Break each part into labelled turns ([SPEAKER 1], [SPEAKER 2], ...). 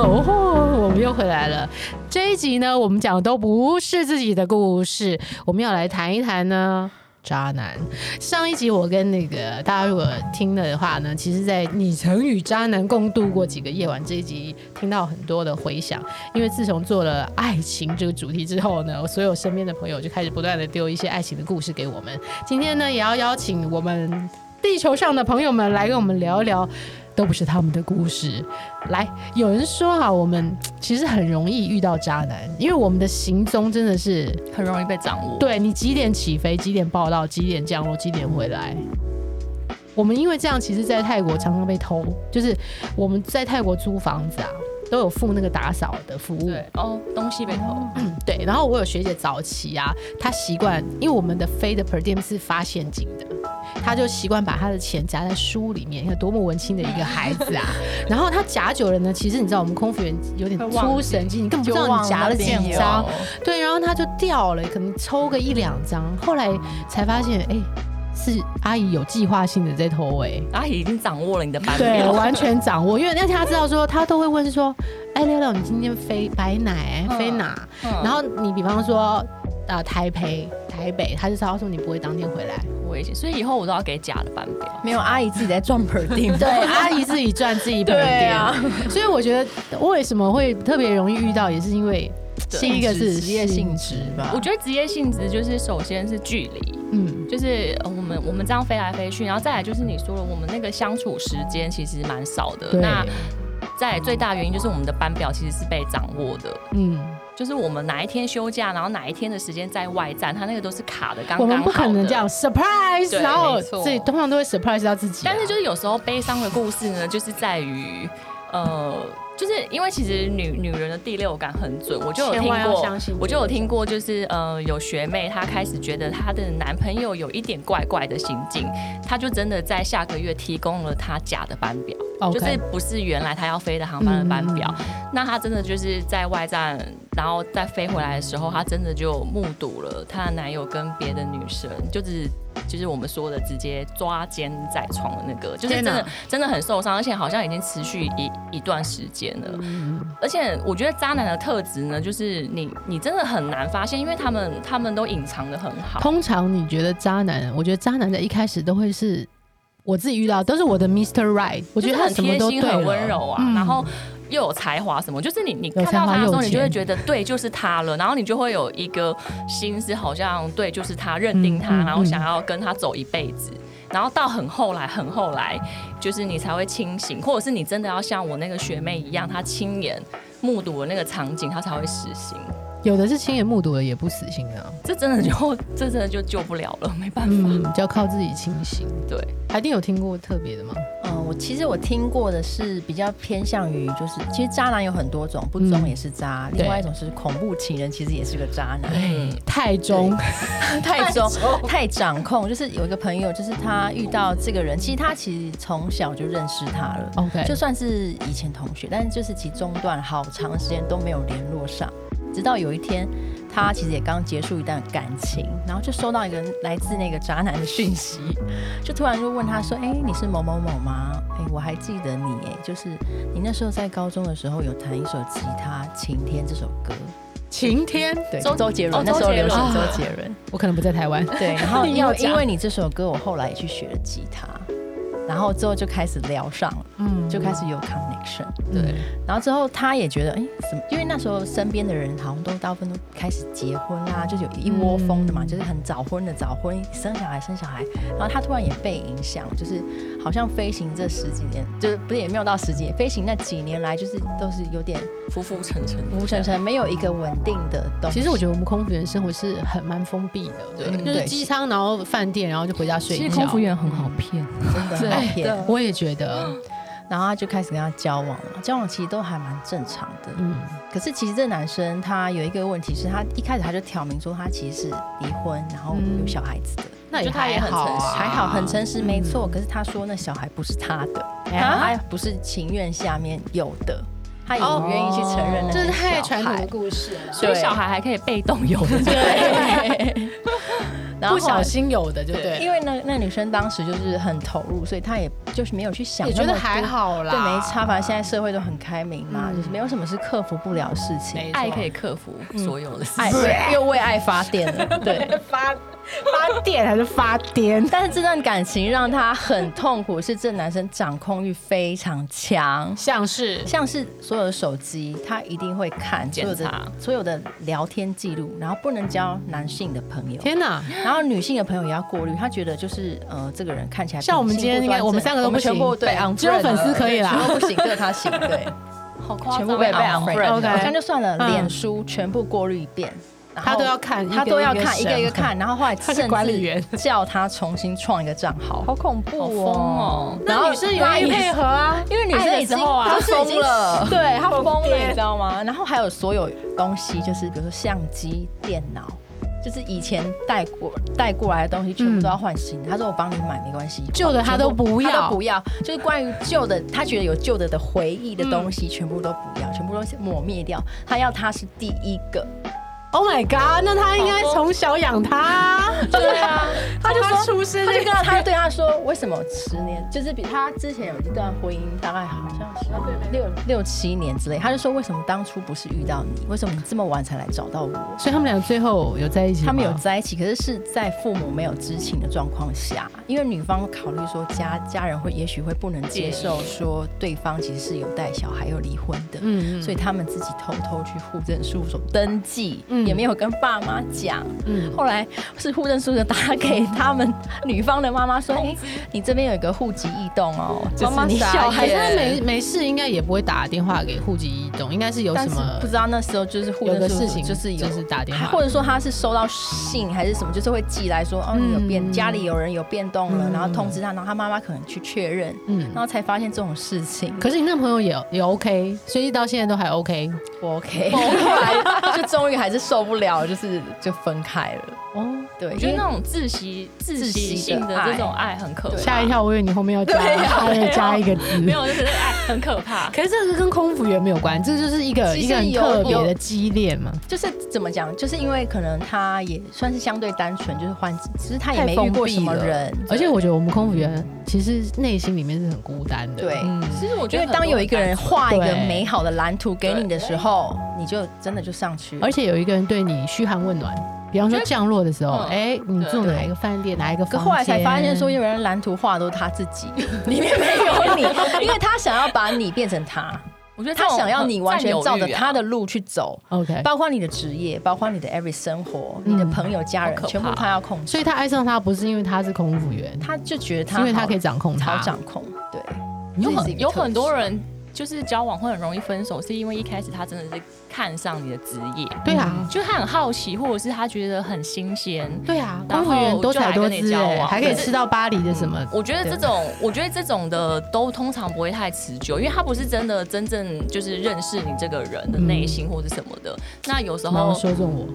[SPEAKER 1] 哦回来了。这一集呢，我们讲的都不是自己的故事，我们要来谈一谈呢。渣男，上一集我跟那个大家如果听了的话呢，其实，在你曾与渣男共度过几个夜晚这一集，听到很多的回响。因为自从做了爱情这个主题之后呢，我所有身边的朋友就开始不断的丢一些爱情的故事给我们。今天呢，也要邀请我们地球上的朋友们来跟我们聊一聊，都不是他们的故事。来，有人说啊哈，我们其实很容易遇到渣男，因为我们的行踪真的是
[SPEAKER 2] 很容易被掌握。
[SPEAKER 1] 对你几点起飞，几点报到，几点降落，几点回来。我们因为这样，其实，在泰国常常被偷，就是我们在泰国租房子啊，都有付那个打扫的服务。
[SPEAKER 2] 对哦，东西被偷，
[SPEAKER 1] 对，然后我有学姐早期啊，她习惯，因为我们的飞的 per diem 是发现金的，她就习惯把她的钱夹在书里面。你看多么文青的一个孩子 啊！然后她夹久了呢，其实你知道我们空服员有点
[SPEAKER 2] 会忘
[SPEAKER 1] 出
[SPEAKER 2] 记
[SPEAKER 1] 神经，你根本不
[SPEAKER 2] 就
[SPEAKER 1] 知道
[SPEAKER 2] 忘
[SPEAKER 1] 你夹了几
[SPEAKER 2] 边有
[SPEAKER 1] 张。对，然后它就掉了，可能抽个一两张，后来才发现，哎、是阿姨有计划性的在偷哎、
[SPEAKER 2] 阿姨已经掌握了你的版
[SPEAKER 1] 对，
[SPEAKER 2] 表，
[SPEAKER 1] 我 完全掌握，因为那天他知道说，他都会问说，哎，六六，你今天飞白奶欸
[SPEAKER 2] 嗯
[SPEAKER 1] 飞哪？
[SPEAKER 2] 嗯
[SPEAKER 1] 然后你比方说，呃，台北台北，他就知道说你不会当天回来，
[SPEAKER 2] 我已经，所以以后我都要给假的版表。
[SPEAKER 3] 没有阿姨自己在撞盆定。
[SPEAKER 1] 对，阿姨自己赚自己本
[SPEAKER 3] 对
[SPEAKER 1] 店，
[SPEAKER 3] 啊
[SPEAKER 1] 所以我觉得为什么会特别容易遇到，也是因为
[SPEAKER 2] 对
[SPEAKER 1] 第一个是
[SPEAKER 3] 职业性质吧
[SPEAKER 2] 我。觉得职业性质就是首先是距离，
[SPEAKER 1] 嗯，
[SPEAKER 2] 就是呃我们我们这样飞来飞去，然后再来就是你说了，我们那个相处时间其实蛮少的。
[SPEAKER 1] 对，
[SPEAKER 2] 那再来最大原因就是我们的班表其实是被掌握的，
[SPEAKER 1] 嗯。
[SPEAKER 2] 就是我们哪一天休假，然后哪一天的时间在外站，它那个都是卡的刚刚好
[SPEAKER 1] 我
[SPEAKER 2] 的。
[SPEAKER 1] 们不可能这样 surprise，
[SPEAKER 2] 对
[SPEAKER 1] 然后
[SPEAKER 2] 没错
[SPEAKER 1] 自己通常都会 surprise 到自己啊、
[SPEAKER 2] 但是就是有时候悲伤的故事呢，就是在于，呃，就是因为其实女女人的第六感很准，我就有听
[SPEAKER 1] 千万要
[SPEAKER 2] 过
[SPEAKER 1] 相信，
[SPEAKER 2] 我就
[SPEAKER 1] 这
[SPEAKER 2] 有
[SPEAKER 1] 个
[SPEAKER 2] 听过，就是呃，有学妹她开始觉得她的男朋友有一点怪怪的行径，她就真的在下个月提供了她假的班表
[SPEAKER 1] OK 嗯
[SPEAKER 2] 就是不是原来她要飞的航班的班表，那她真的就是在外站，然后再飞回来的时候，她真的就目睹了她的男友跟别的女生，就是。就是我们说的直接抓奸在床的那个，就是
[SPEAKER 1] 天
[SPEAKER 2] 真
[SPEAKER 1] 哪
[SPEAKER 2] 的真的很受伤，而且好像已经持续一一段时间
[SPEAKER 1] 嗯
[SPEAKER 2] 了。而且我觉得渣男的特质呢，就是你你真的很难发现，因为他们他们都隐藏的很好。
[SPEAKER 1] 通常你觉得渣男，我觉得渣男在一开始都会是我自己遇到，都是我的 Mr. Right，我觉得
[SPEAKER 2] 就是
[SPEAKER 1] 他
[SPEAKER 2] 很
[SPEAKER 1] 什么
[SPEAKER 2] 贴
[SPEAKER 1] 都
[SPEAKER 2] 心、
[SPEAKER 1] 对了嗯
[SPEAKER 2] 很温柔啊，然后又有才华什么，就是你你
[SPEAKER 1] 有
[SPEAKER 2] 看
[SPEAKER 1] 才华
[SPEAKER 2] 到他的时
[SPEAKER 1] 又有
[SPEAKER 2] 候，你就会
[SPEAKER 1] 钱
[SPEAKER 2] 觉得对，就是他了，然后你就会有一个心思，好像对，就是他认定他，
[SPEAKER 1] 嗯嗯
[SPEAKER 2] 然后
[SPEAKER 1] 嗯
[SPEAKER 2] 想要跟他走一辈子。然后到很后来，很后来，就是你才会清醒，或者是你真的要像我那个学妹一样，她亲眼目睹了那个场景，她才会死心。
[SPEAKER 1] 有的是亲眼目睹了也不死心啊，
[SPEAKER 2] 这真的就这真的就救不了了，没办法。
[SPEAKER 1] 嗯，就要靠自己清醒。
[SPEAKER 2] 对，
[SPEAKER 1] 海定有听过特别的吗？
[SPEAKER 3] 嗯，我其实我听过的是比较偏向于，就是其实渣男有很多种，不忠也是渣，
[SPEAKER 1] 对
[SPEAKER 3] 另外一种是恐怖情人，其实也是个渣男。
[SPEAKER 2] 嗯，
[SPEAKER 1] 太中，
[SPEAKER 3] 太忠、 太掌控，就是有一个朋友，就是他遇到这个人，其实他其实从小就认识他了。
[SPEAKER 1] OK
[SPEAKER 3] 就算是以前同学，但是就是其中断好长时间都没有联络上，直到有一天，他其实也刚结束一段感情，然后就收到一个来自那个渣男的讯息，就突然就问他说：“哎、你是某某某吗？哎、我还记得你，哎，就是你那时候在高中的时候有弹一首吉他《晴天》这首歌，
[SPEAKER 1] 晴天，
[SPEAKER 3] 对，
[SPEAKER 2] 周
[SPEAKER 3] 周杰伦、
[SPEAKER 2] 哦
[SPEAKER 3] 那时候
[SPEAKER 2] 周杰
[SPEAKER 3] 流
[SPEAKER 2] 伦
[SPEAKER 3] 行周
[SPEAKER 1] 啊
[SPEAKER 3] 杰 伦。”
[SPEAKER 1] 我可能不在台湾。
[SPEAKER 3] 对，然后
[SPEAKER 1] 硬
[SPEAKER 3] 因
[SPEAKER 1] 要
[SPEAKER 3] 为
[SPEAKER 1] 讲
[SPEAKER 3] 因为你这首歌，我后来也去学了吉他，然后之后就开始聊上了，
[SPEAKER 1] 嗯
[SPEAKER 3] 就开始有 connection。
[SPEAKER 1] 对，
[SPEAKER 3] 然后之后他也觉得，哎、怎么？因为那时候身边的人好像都大部分都开始结婚啦，就是有一窝蜂的嘛，
[SPEAKER 1] 嗯
[SPEAKER 3] 就是很早婚的早婚，生小孩生小孩。然后他突然也被影响，就是好像飞行这十几年，就是不是也没有到十几年，飞行那几年来就是都是有点
[SPEAKER 2] 浮浮沉沉，
[SPEAKER 3] 浮浮沉沉，没有一个稳定的东西。
[SPEAKER 1] 其实我觉得我们空服员生活是很蛮封闭的，对，
[SPEAKER 2] 嗯
[SPEAKER 1] 就是
[SPEAKER 3] 对
[SPEAKER 1] 机舱，然后饭店，然后就回家睡觉。
[SPEAKER 2] 员很好骗，
[SPEAKER 3] 真的很
[SPEAKER 1] 哎
[SPEAKER 3] 好骗
[SPEAKER 1] 我也觉得，
[SPEAKER 3] 然后他就开始跟他交往了，交往其实都还蛮正常的。
[SPEAKER 1] 嗯，
[SPEAKER 3] 可是其实这男生他有一个问题是，他一开始他就挑明说他其实是离婚，然后
[SPEAKER 1] 嗯
[SPEAKER 3] 有小孩子的，
[SPEAKER 1] 那也
[SPEAKER 2] 就他
[SPEAKER 1] 还
[SPEAKER 2] 也很
[SPEAKER 1] 好
[SPEAKER 2] 诚
[SPEAKER 1] 啊，
[SPEAKER 2] 实
[SPEAKER 3] 还好很诚实没错。可是他说那小孩不是他的，然后他不是情愿下面有的，他也
[SPEAKER 1] 啊哦
[SPEAKER 3] 不愿意去承认那
[SPEAKER 1] 这是
[SPEAKER 3] 是
[SPEAKER 1] 太
[SPEAKER 3] 小
[SPEAKER 1] 传统的
[SPEAKER 3] 孩。
[SPEAKER 1] 故事了啦，
[SPEAKER 2] 所以小孩还可以被动有的。
[SPEAKER 3] 对，然后
[SPEAKER 1] 不
[SPEAKER 3] 后来
[SPEAKER 1] 小心有的就对了，
[SPEAKER 3] 因为那那女生当时就是很投入，所以她也就是没有去想，
[SPEAKER 1] 也觉得还，好啦，
[SPEAKER 3] 对，没差。反正现在社会都很开明嘛，
[SPEAKER 1] 嗯
[SPEAKER 3] 就是没有什么是克服不了的事情。
[SPEAKER 2] 爱可以克服所有的事
[SPEAKER 3] 嗯爱
[SPEAKER 2] 情。
[SPEAKER 3] 对又为爱发电了，对。
[SPEAKER 1] 发发电还是发癫？
[SPEAKER 3] 但是这段感情让他很痛苦，是这男生掌控欲非常强，
[SPEAKER 1] 像是
[SPEAKER 3] 像是所有的手机，他一定会看所有
[SPEAKER 2] 检查
[SPEAKER 3] 的所有的聊天记录，然后不能交男性的朋友，
[SPEAKER 1] 天哪，
[SPEAKER 3] 然后女性的朋友也要过滤。他觉得就是呃，这个人看起来
[SPEAKER 1] 像我们
[SPEAKER 3] 性
[SPEAKER 1] 今天
[SPEAKER 3] 不
[SPEAKER 1] 应该
[SPEAKER 3] 端
[SPEAKER 1] 我们
[SPEAKER 3] 正
[SPEAKER 1] 三个都
[SPEAKER 3] 我们
[SPEAKER 1] 不
[SPEAKER 3] 全
[SPEAKER 1] 行
[SPEAKER 3] 部对
[SPEAKER 1] 对
[SPEAKER 3] unfriend
[SPEAKER 1] 只有粉丝
[SPEAKER 3] 了
[SPEAKER 1] 可以啦
[SPEAKER 3] 对全部不行，对他行，对，
[SPEAKER 2] 好夸啊
[SPEAKER 3] 全部被被 unfriend，
[SPEAKER 1] OK
[SPEAKER 3] 了好像就算了，
[SPEAKER 1] 嗯
[SPEAKER 3] 脸书全部过滤一遍，然后
[SPEAKER 1] 他都要看，
[SPEAKER 3] 他都要看一个一个
[SPEAKER 1] 审。
[SPEAKER 3] 看，然后后 来
[SPEAKER 1] 他
[SPEAKER 3] 甚
[SPEAKER 1] 是管理
[SPEAKER 3] 至
[SPEAKER 1] 员
[SPEAKER 3] 叫他重新创一个账号，
[SPEAKER 4] 好恐怖
[SPEAKER 2] 好疯
[SPEAKER 4] 哦！
[SPEAKER 2] 哦！
[SPEAKER 1] 那女生有愿意配合啊？
[SPEAKER 3] 因为女
[SPEAKER 4] 爱
[SPEAKER 3] 生
[SPEAKER 4] 的
[SPEAKER 3] 已
[SPEAKER 4] 时
[SPEAKER 3] 经
[SPEAKER 4] 候啊
[SPEAKER 3] 她
[SPEAKER 4] 就是已
[SPEAKER 3] 疯
[SPEAKER 4] 经
[SPEAKER 3] 了，对她疯
[SPEAKER 1] 疯
[SPEAKER 3] 了，
[SPEAKER 1] 癫
[SPEAKER 3] 你知道吗？然后还有所有东西，就是比如说相机、电脑，就是以前带过带过来的东西，全部都要换新的。他说我帮你买没关系，
[SPEAKER 1] 嗯旧的她
[SPEAKER 3] 全部
[SPEAKER 1] 都不要
[SPEAKER 3] 她都不要，就是关于旧的，他觉得有旧的的回忆的
[SPEAKER 1] 嗯
[SPEAKER 3] 东西，全部都不要，全部都抹灭掉。他要他是第一个，
[SPEAKER 1] Oh my god！那他应该从小养他，
[SPEAKER 3] 对啊， 他就说。
[SPEAKER 1] 出生
[SPEAKER 3] 他就跟他他对他说，为什么十年就是比他之前有一段婚姻，大概好像是
[SPEAKER 1] 啊
[SPEAKER 3] 六六七年之类，他就说为什么当初不是遇到你，为什么你这么晚才来找到我？
[SPEAKER 1] 所以他们俩最后有在一起吗，
[SPEAKER 3] 他们有在一起，可是是在父母没有知情的状况下，因为女方考虑说家家人会也许会不能接受说对方其实是有带小孩又离婚的，
[SPEAKER 1] 嗯，嗯
[SPEAKER 3] 所以他们自己偷偷去户政事务所登记，
[SPEAKER 1] 嗯
[SPEAKER 3] 也没有跟爸妈讲。
[SPEAKER 1] 嗯
[SPEAKER 3] 后来是户政事务所打给他们女方的妈妈说：“哎、你这边有一个户籍异动哦，就
[SPEAKER 4] 妈
[SPEAKER 3] 是
[SPEAKER 4] 妈
[SPEAKER 3] 你
[SPEAKER 4] 傻
[SPEAKER 3] 小
[SPEAKER 1] 还
[SPEAKER 3] 孩
[SPEAKER 1] 是
[SPEAKER 4] 眼
[SPEAKER 1] 他没没事，应该也不会打电话给户籍移动，应该是有
[SPEAKER 3] 但
[SPEAKER 1] 什
[SPEAKER 3] 是
[SPEAKER 1] 么
[SPEAKER 3] 不知道那时候就是户
[SPEAKER 1] 有
[SPEAKER 3] 政
[SPEAKER 1] 的
[SPEAKER 3] 事务
[SPEAKER 1] 事
[SPEAKER 3] 所
[SPEAKER 1] 情，
[SPEAKER 3] 就是有
[SPEAKER 1] 就是打电话，
[SPEAKER 3] 或者说他是收到信还是什么，就是会寄来说，哦，你有变，
[SPEAKER 1] 嗯
[SPEAKER 3] 家里有人有变动了，
[SPEAKER 1] 嗯
[SPEAKER 3] 然后通知他，然后他妈妈可能去确认，
[SPEAKER 1] 嗯
[SPEAKER 3] 然。后才发现这种事情
[SPEAKER 1] 可是你那个朋友也也 OK，所以到现在都还 OK
[SPEAKER 3] 不 OK，后来就终于还是受不了，就是就分开了。
[SPEAKER 1] 哦。
[SPEAKER 3] 对，
[SPEAKER 2] 我
[SPEAKER 3] 因
[SPEAKER 2] 觉得
[SPEAKER 3] 为
[SPEAKER 2] 那种窒息、窒息性的这种爱很
[SPEAKER 3] 啊
[SPEAKER 2] 可怕。
[SPEAKER 1] 吓一跳，我以为你后面要加 还要加一个字，
[SPEAKER 2] 没有，就是爱很可怕。
[SPEAKER 1] 可是这个跟空服员没有关，这就是一个
[SPEAKER 3] 其
[SPEAKER 1] 一
[SPEAKER 3] 实
[SPEAKER 1] 个很
[SPEAKER 3] 有
[SPEAKER 1] 特别的激烈嘛。
[SPEAKER 3] 就是怎么讲，就是因为可能他也算是相对单纯，就是换，其实他也没
[SPEAKER 4] 太
[SPEAKER 3] 遇
[SPEAKER 4] 封闭
[SPEAKER 3] 过什么人，
[SPEAKER 1] 而且我觉得我们空服员其实内心里面是很孤单的。
[SPEAKER 3] 对。
[SPEAKER 4] 嗯，
[SPEAKER 2] 其实我觉
[SPEAKER 3] 因
[SPEAKER 2] 得
[SPEAKER 3] 为当有一个人画一个
[SPEAKER 1] 对
[SPEAKER 3] 美好的蓝图给你的时候，你就真的就上去了。
[SPEAKER 1] 而且有一个人对你嘘寒问暖，比方说降落的时候，
[SPEAKER 2] 嗯
[SPEAKER 1] 哎、你住哪一个饭店，哪一个
[SPEAKER 3] 可
[SPEAKER 1] 房间？
[SPEAKER 3] 后来才发现，说，原来蓝图画的都是他自己， 里面没有你，因为他想要把你变成他，
[SPEAKER 2] 我觉得这
[SPEAKER 3] 他
[SPEAKER 2] 种
[SPEAKER 3] 想要你完全照
[SPEAKER 2] 占
[SPEAKER 3] 着
[SPEAKER 2] 有欲啊
[SPEAKER 3] 他的路去走，
[SPEAKER 1] OK，
[SPEAKER 3] 包括你的职业，包括你的 every 生活，你的
[SPEAKER 1] 啊嗯
[SPEAKER 3] 朋友、家
[SPEAKER 2] 好
[SPEAKER 3] 人，
[SPEAKER 2] 可怕
[SPEAKER 3] 全部他要控制。
[SPEAKER 1] 所以他爱上他不是因为他是空服员，
[SPEAKER 3] 他就觉得
[SPEAKER 1] 是
[SPEAKER 3] 他
[SPEAKER 1] 因为他
[SPEAKER 3] 好
[SPEAKER 1] 可以掌控他
[SPEAKER 3] 好。掌控，对，
[SPEAKER 2] 有
[SPEAKER 3] 这也是一
[SPEAKER 2] 很
[SPEAKER 3] 个
[SPEAKER 2] 有
[SPEAKER 3] 特
[SPEAKER 2] 很多
[SPEAKER 3] 质
[SPEAKER 2] 人就是交往会很容易分手，是因为一开始他真的是看上你的职业，
[SPEAKER 1] 对啊，
[SPEAKER 2] 就他很好奇，或者是他觉得很新鲜。
[SPEAKER 1] 对啊，
[SPEAKER 2] 然
[SPEAKER 1] 空
[SPEAKER 2] 后
[SPEAKER 1] 服员多才多姿、
[SPEAKER 2] 就来跟你交嗯
[SPEAKER 1] 哎，
[SPEAKER 2] 往
[SPEAKER 1] 还可以
[SPEAKER 2] 可是
[SPEAKER 1] 吃到巴黎的什么。
[SPEAKER 2] 我觉得这种，我觉得这种的都通常不会太持久，因为他不是真的真正就是认识你这个人的内心或者什么的。那有时
[SPEAKER 1] 然后
[SPEAKER 2] 候，
[SPEAKER 1] 说中我，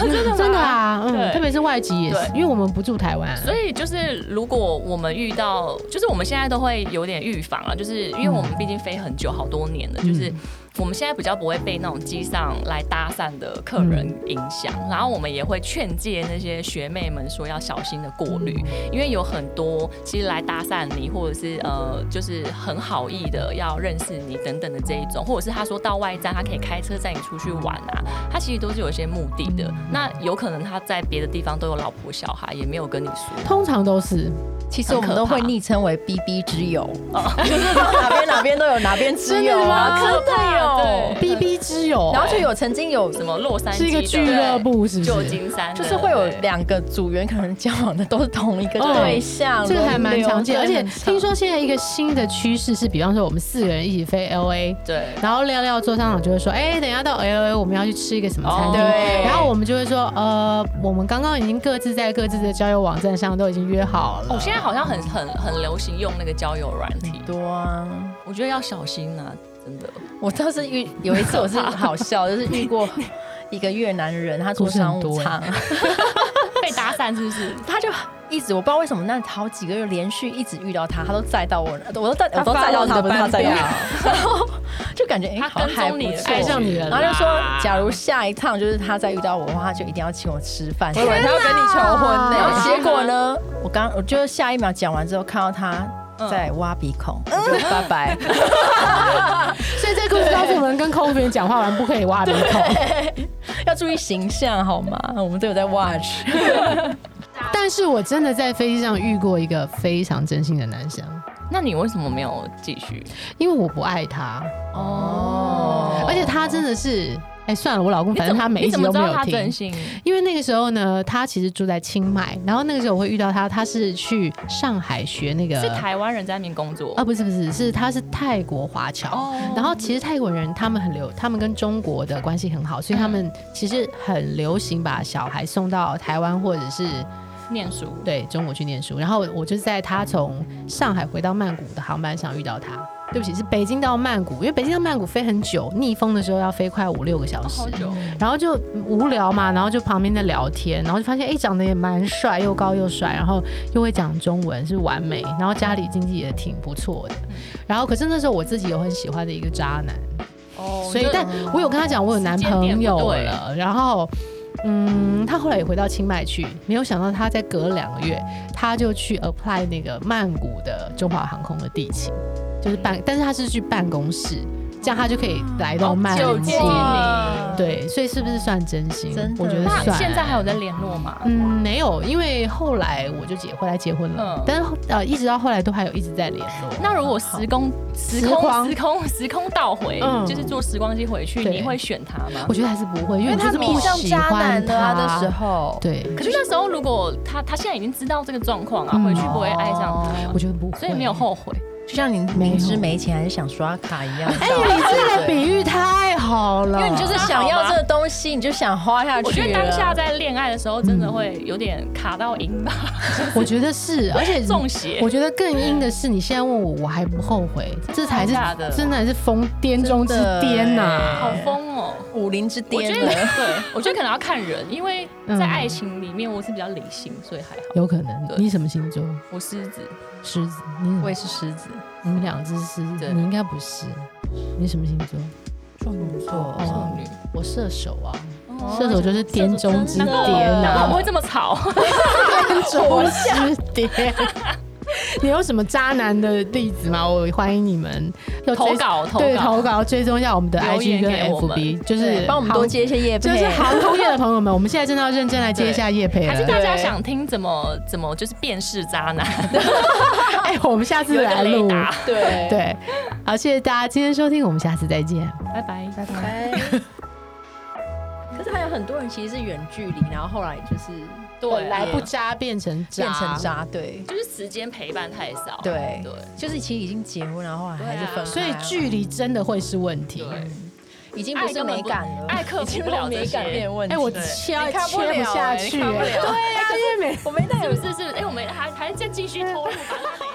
[SPEAKER 1] 真的真的啊，嗯，
[SPEAKER 2] 对
[SPEAKER 1] 特别是外籍也是，
[SPEAKER 2] 对
[SPEAKER 1] 因为我们不住台湾，啊
[SPEAKER 2] 所以就是如果我们遇到，就是我们现在都会有点预防了，就是因为我们毕竟飞很久，好多年了，就是。我们现在比较不会被那种机上来搭讪的客人影响，然后我们也会劝诫那些学妹们说要小心的过滤，因为有很多其实来搭讪你，或者是呃，就是很好意的要认识你等等的这一种，或者是他说到外站，他可以开车载你出去玩啊，他其实都是有一些目的的。
[SPEAKER 1] 嗯
[SPEAKER 2] 那有可能他在别的地方都有老婆小孩，也没有跟你说。
[SPEAKER 1] 通常都是
[SPEAKER 3] 其实我们
[SPEAKER 2] 很可
[SPEAKER 3] 都
[SPEAKER 2] 怕
[SPEAKER 3] 会昵称为 “BB 之友”， 就是到哪边哪边都有哪边之友啊，
[SPEAKER 1] 真的吗
[SPEAKER 3] 真的有
[SPEAKER 2] 对。
[SPEAKER 1] B B 之友，
[SPEAKER 3] 然后就有曾经有
[SPEAKER 2] 什么洛杉矶
[SPEAKER 1] 是一个
[SPEAKER 2] 的
[SPEAKER 1] 俱乐部，是不
[SPEAKER 2] 旧
[SPEAKER 1] 是？
[SPEAKER 2] 金山的，
[SPEAKER 3] 就是会有
[SPEAKER 2] 对
[SPEAKER 3] 两个组员可能交往的都是同一个
[SPEAKER 1] 哦
[SPEAKER 3] 对象，
[SPEAKER 1] 这个还蛮常见，而
[SPEAKER 3] 轮
[SPEAKER 1] 且
[SPEAKER 3] 流对很常
[SPEAKER 1] 听说现在一个新的趋势是，比方说我们四个人一起飞 L A，
[SPEAKER 2] 对
[SPEAKER 1] 然后廖廖做商场就会说，哎、等一下到 L A 我们要去吃一个什么餐厅，
[SPEAKER 2] 哦
[SPEAKER 3] 对，
[SPEAKER 1] 然后我们就会说，呃，我们刚刚已经各自在各自的交友网站上都已经约好了。
[SPEAKER 2] 哦，现在好像很很很流行用那个交友软
[SPEAKER 1] 嗯
[SPEAKER 2] 体，
[SPEAKER 3] 多啊。
[SPEAKER 2] 我觉得要小心啊，真的。
[SPEAKER 3] 我倒是遇有一次 我是好笑，就是遇过一个越南人，他做商务
[SPEAKER 1] 故事很
[SPEAKER 3] 舱，
[SPEAKER 2] 被搭讪是不是？
[SPEAKER 3] 他就一直我不知道为什么那好几个月连续一直遇到他，他都载到我那，我都载我都载到他，不是他载到我，然后就感觉哎、
[SPEAKER 2] 他
[SPEAKER 3] 好像
[SPEAKER 2] 跟
[SPEAKER 3] 还
[SPEAKER 2] 踪
[SPEAKER 3] 不
[SPEAKER 2] 你了，
[SPEAKER 3] 错
[SPEAKER 1] 爱。上你了
[SPEAKER 3] 然后就说，假如下一趟就是他再遇到我的话，他就一定要请我吃饭。啊
[SPEAKER 4] 我以为他要跟你求婚
[SPEAKER 1] 天哪
[SPEAKER 3] 然后
[SPEAKER 4] 呢，
[SPEAKER 3] 结果呢？我刚我就下一秒讲完之后，看到他再挖鼻孔，我就拜拜。
[SPEAKER 1] 所以这故事告诉我们，跟空服员讲话完不可以挖鼻 孔。
[SPEAKER 3] 要注意形象好吗？我们都有在 watch。
[SPEAKER 1] 但是我真的在飞机上遇过一个非常真心的男生，
[SPEAKER 2] 那你为什么没有继续？
[SPEAKER 1] 因为我不爱他，
[SPEAKER 3] 哦
[SPEAKER 1] 而且他真的是，哎、算了，我老公反正他每一
[SPEAKER 2] 你
[SPEAKER 1] 集
[SPEAKER 2] 怎么
[SPEAKER 1] 都
[SPEAKER 2] 知
[SPEAKER 1] 没
[SPEAKER 2] 道
[SPEAKER 1] 有
[SPEAKER 2] 他真
[SPEAKER 1] 听。
[SPEAKER 2] 心？
[SPEAKER 1] 因为那个时候呢，他其实住在清迈，然后那个时候我会遇到他，他是去上海学那个
[SPEAKER 2] 是台湾人在那边工作
[SPEAKER 1] 啊，不是不是，是他是泰国华侨。
[SPEAKER 2] 哦
[SPEAKER 1] 然后其实泰国人他们很流，他们跟中国的关系很好，所以他们其实很流行把小孩送到台湾或者是
[SPEAKER 2] 念书，
[SPEAKER 1] 对中国去念书。然后我就是在他从上海回到曼谷的航班上遇到他。对不起，是北京到曼谷，因为北京到曼谷飞很久，逆风的时候要飞快五六个小时。
[SPEAKER 2] 哦好久。
[SPEAKER 1] 然后就无聊嘛，然后就旁边在聊天，然后就发现哎、诶长得也蛮帅，又高又帅，然后又会讲中文，是完美，然后家里经济也挺不错的。然后可是那时候我自己有很喜欢的一个渣男，
[SPEAKER 2] 哦
[SPEAKER 1] 所以
[SPEAKER 2] 就
[SPEAKER 1] 但我有跟他讲我有男朋友
[SPEAKER 2] 时间点
[SPEAKER 1] 了，然后。嗯，他后来也回到清迈去，没有想到他在隔两个月，他就去 apply 那个曼谷的中华航空的地勤，就是办，但是他是去办公室，这样他就可以来到曼谷。
[SPEAKER 2] 就近
[SPEAKER 3] 哇
[SPEAKER 1] 对，所以是不是算真心？
[SPEAKER 3] 真的
[SPEAKER 1] 我觉得
[SPEAKER 2] 那
[SPEAKER 1] 算。
[SPEAKER 2] 现在还有在联络吗？
[SPEAKER 1] 嗯，没有，因为后来我就结后来结婚了，
[SPEAKER 2] 嗯
[SPEAKER 1] 但是后呃一直到后来都还有一直在联络。
[SPEAKER 2] 那如果时空时
[SPEAKER 1] 时光
[SPEAKER 2] 空时空时空倒回
[SPEAKER 1] 嗯，
[SPEAKER 2] 就是坐时光机回去，
[SPEAKER 1] 对
[SPEAKER 2] 你会选他吗
[SPEAKER 1] 我？觉得还是不会，因
[SPEAKER 3] 因
[SPEAKER 1] 为
[SPEAKER 3] 为
[SPEAKER 1] 你
[SPEAKER 3] 他
[SPEAKER 1] 就是
[SPEAKER 3] 迷
[SPEAKER 1] 不
[SPEAKER 3] 上
[SPEAKER 1] 喜
[SPEAKER 3] 渣男
[SPEAKER 1] 欢
[SPEAKER 3] 了啊的时
[SPEAKER 1] 他。
[SPEAKER 3] 候，
[SPEAKER 1] 对，
[SPEAKER 2] 可是那时候如果他他现在已经知道这个状况啊，
[SPEAKER 1] 嗯哦
[SPEAKER 2] 回去不会爱上他
[SPEAKER 1] 我
[SPEAKER 2] 吗，
[SPEAKER 1] 觉得不会，
[SPEAKER 2] 所以没有。后悔。
[SPEAKER 3] 就像你
[SPEAKER 1] 没有
[SPEAKER 3] 明知没钱还是想刷卡一样。
[SPEAKER 1] 哎， 你这个比喻太好了，
[SPEAKER 3] 因为你就是想要这个东西，你就想花下去。
[SPEAKER 2] 我觉得当下，在恋爱的时候，真的会有点卡到赢吧，
[SPEAKER 1] 我觉得是，而且
[SPEAKER 2] 中邪
[SPEAKER 1] 我。觉得更阴的是，你现在问我，我还不后悔，这才是
[SPEAKER 2] 假的
[SPEAKER 1] 真的是疯癫中之
[SPEAKER 3] 真的
[SPEAKER 1] 癫呐、
[SPEAKER 3] 哎
[SPEAKER 2] 好疯哦！
[SPEAKER 3] 武林之
[SPEAKER 2] 我觉
[SPEAKER 3] 巅
[SPEAKER 2] 得
[SPEAKER 3] 了。
[SPEAKER 2] 对，我觉得可能要看人，因为
[SPEAKER 1] 嗯
[SPEAKER 2] 在爱情里面我是比较理性，所以还好。
[SPEAKER 1] 有可能
[SPEAKER 2] 对
[SPEAKER 1] 你什么星座？
[SPEAKER 2] 我狮子，
[SPEAKER 1] 狮子，你什么
[SPEAKER 3] 我也是狮子，
[SPEAKER 1] 你们两只狮子，
[SPEAKER 2] 对
[SPEAKER 1] 你应该不是。你什么星座？
[SPEAKER 3] 处女座
[SPEAKER 1] 哦
[SPEAKER 2] 处女，
[SPEAKER 1] 我射手 啊，
[SPEAKER 2] 哦
[SPEAKER 1] 射手就是巅中之
[SPEAKER 3] 射手真的
[SPEAKER 1] 巅
[SPEAKER 2] 难 怪我们
[SPEAKER 1] 啊
[SPEAKER 2] 会，这么吵。
[SPEAKER 1] 巅中之 巅。你有什么渣男的例子吗？我欢迎你们要哦追
[SPEAKER 2] 投稿投
[SPEAKER 1] 对
[SPEAKER 2] 稿
[SPEAKER 1] 投稿追踪一下我们的
[SPEAKER 2] 留
[SPEAKER 1] IG
[SPEAKER 2] 言
[SPEAKER 1] 跟
[SPEAKER 2] 给我们
[SPEAKER 1] FB，就是
[SPEAKER 3] 对，帮我们多
[SPEAKER 1] 航
[SPEAKER 3] 接一些业配。
[SPEAKER 1] 就是航空业的朋友们，我们现在真的要认真来接一下叶培
[SPEAKER 2] 还是
[SPEAKER 1] 了。
[SPEAKER 2] 大家想听怎么怎么就是辨识渣男？
[SPEAKER 1] 哎，我们下次
[SPEAKER 2] 有一
[SPEAKER 1] 来
[SPEAKER 2] 个雷
[SPEAKER 1] 录。
[SPEAKER 2] 达，
[SPEAKER 3] 对，
[SPEAKER 1] 对，好，谢谢大家今天收听，我们下次再见。
[SPEAKER 2] 拜拜。
[SPEAKER 3] 拜 拜。可是还有很多人其实是远距离，然后后来就是
[SPEAKER 2] 对
[SPEAKER 1] 本来
[SPEAKER 2] 啊
[SPEAKER 1] 不渣变成渣，
[SPEAKER 3] 变成渣，对
[SPEAKER 2] 就是时间陪伴太少。
[SPEAKER 3] 对
[SPEAKER 2] 对，
[SPEAKER 3] 就是其实已经结婚，然后后来还是分开啊，
[SPEAKER 1] 所以距离真的会是问题。
[SPEAKER 2] 对
[SPEAKER 3] 已经不是美感了，
[SPEAKER 2] 爱根本不爱克服不了这些
[SPEAKER 3] 已经没感变问
[SPEAKER 1] 哎、
[SPEAKER 3] 题。
[SPEAKER 1] 我
[SPEAKER 2] 对
[SPEAKER 1] 切
[SPEAKER 3] 你看不
[SPEAKER 1] 切不
[SPEAKER 3] 了
[SPEAKER 1] 下
[SPEAKER 3] 哎
[SPEAKER 1] 去、
[SPEAKER 3] 你看不了
[SPEAKER 1] 对啊，因为每
[SPEAKER 3] 我没带
[SPEAKER 2] 是不是？是不是？哎，我们还还再继续投入吧。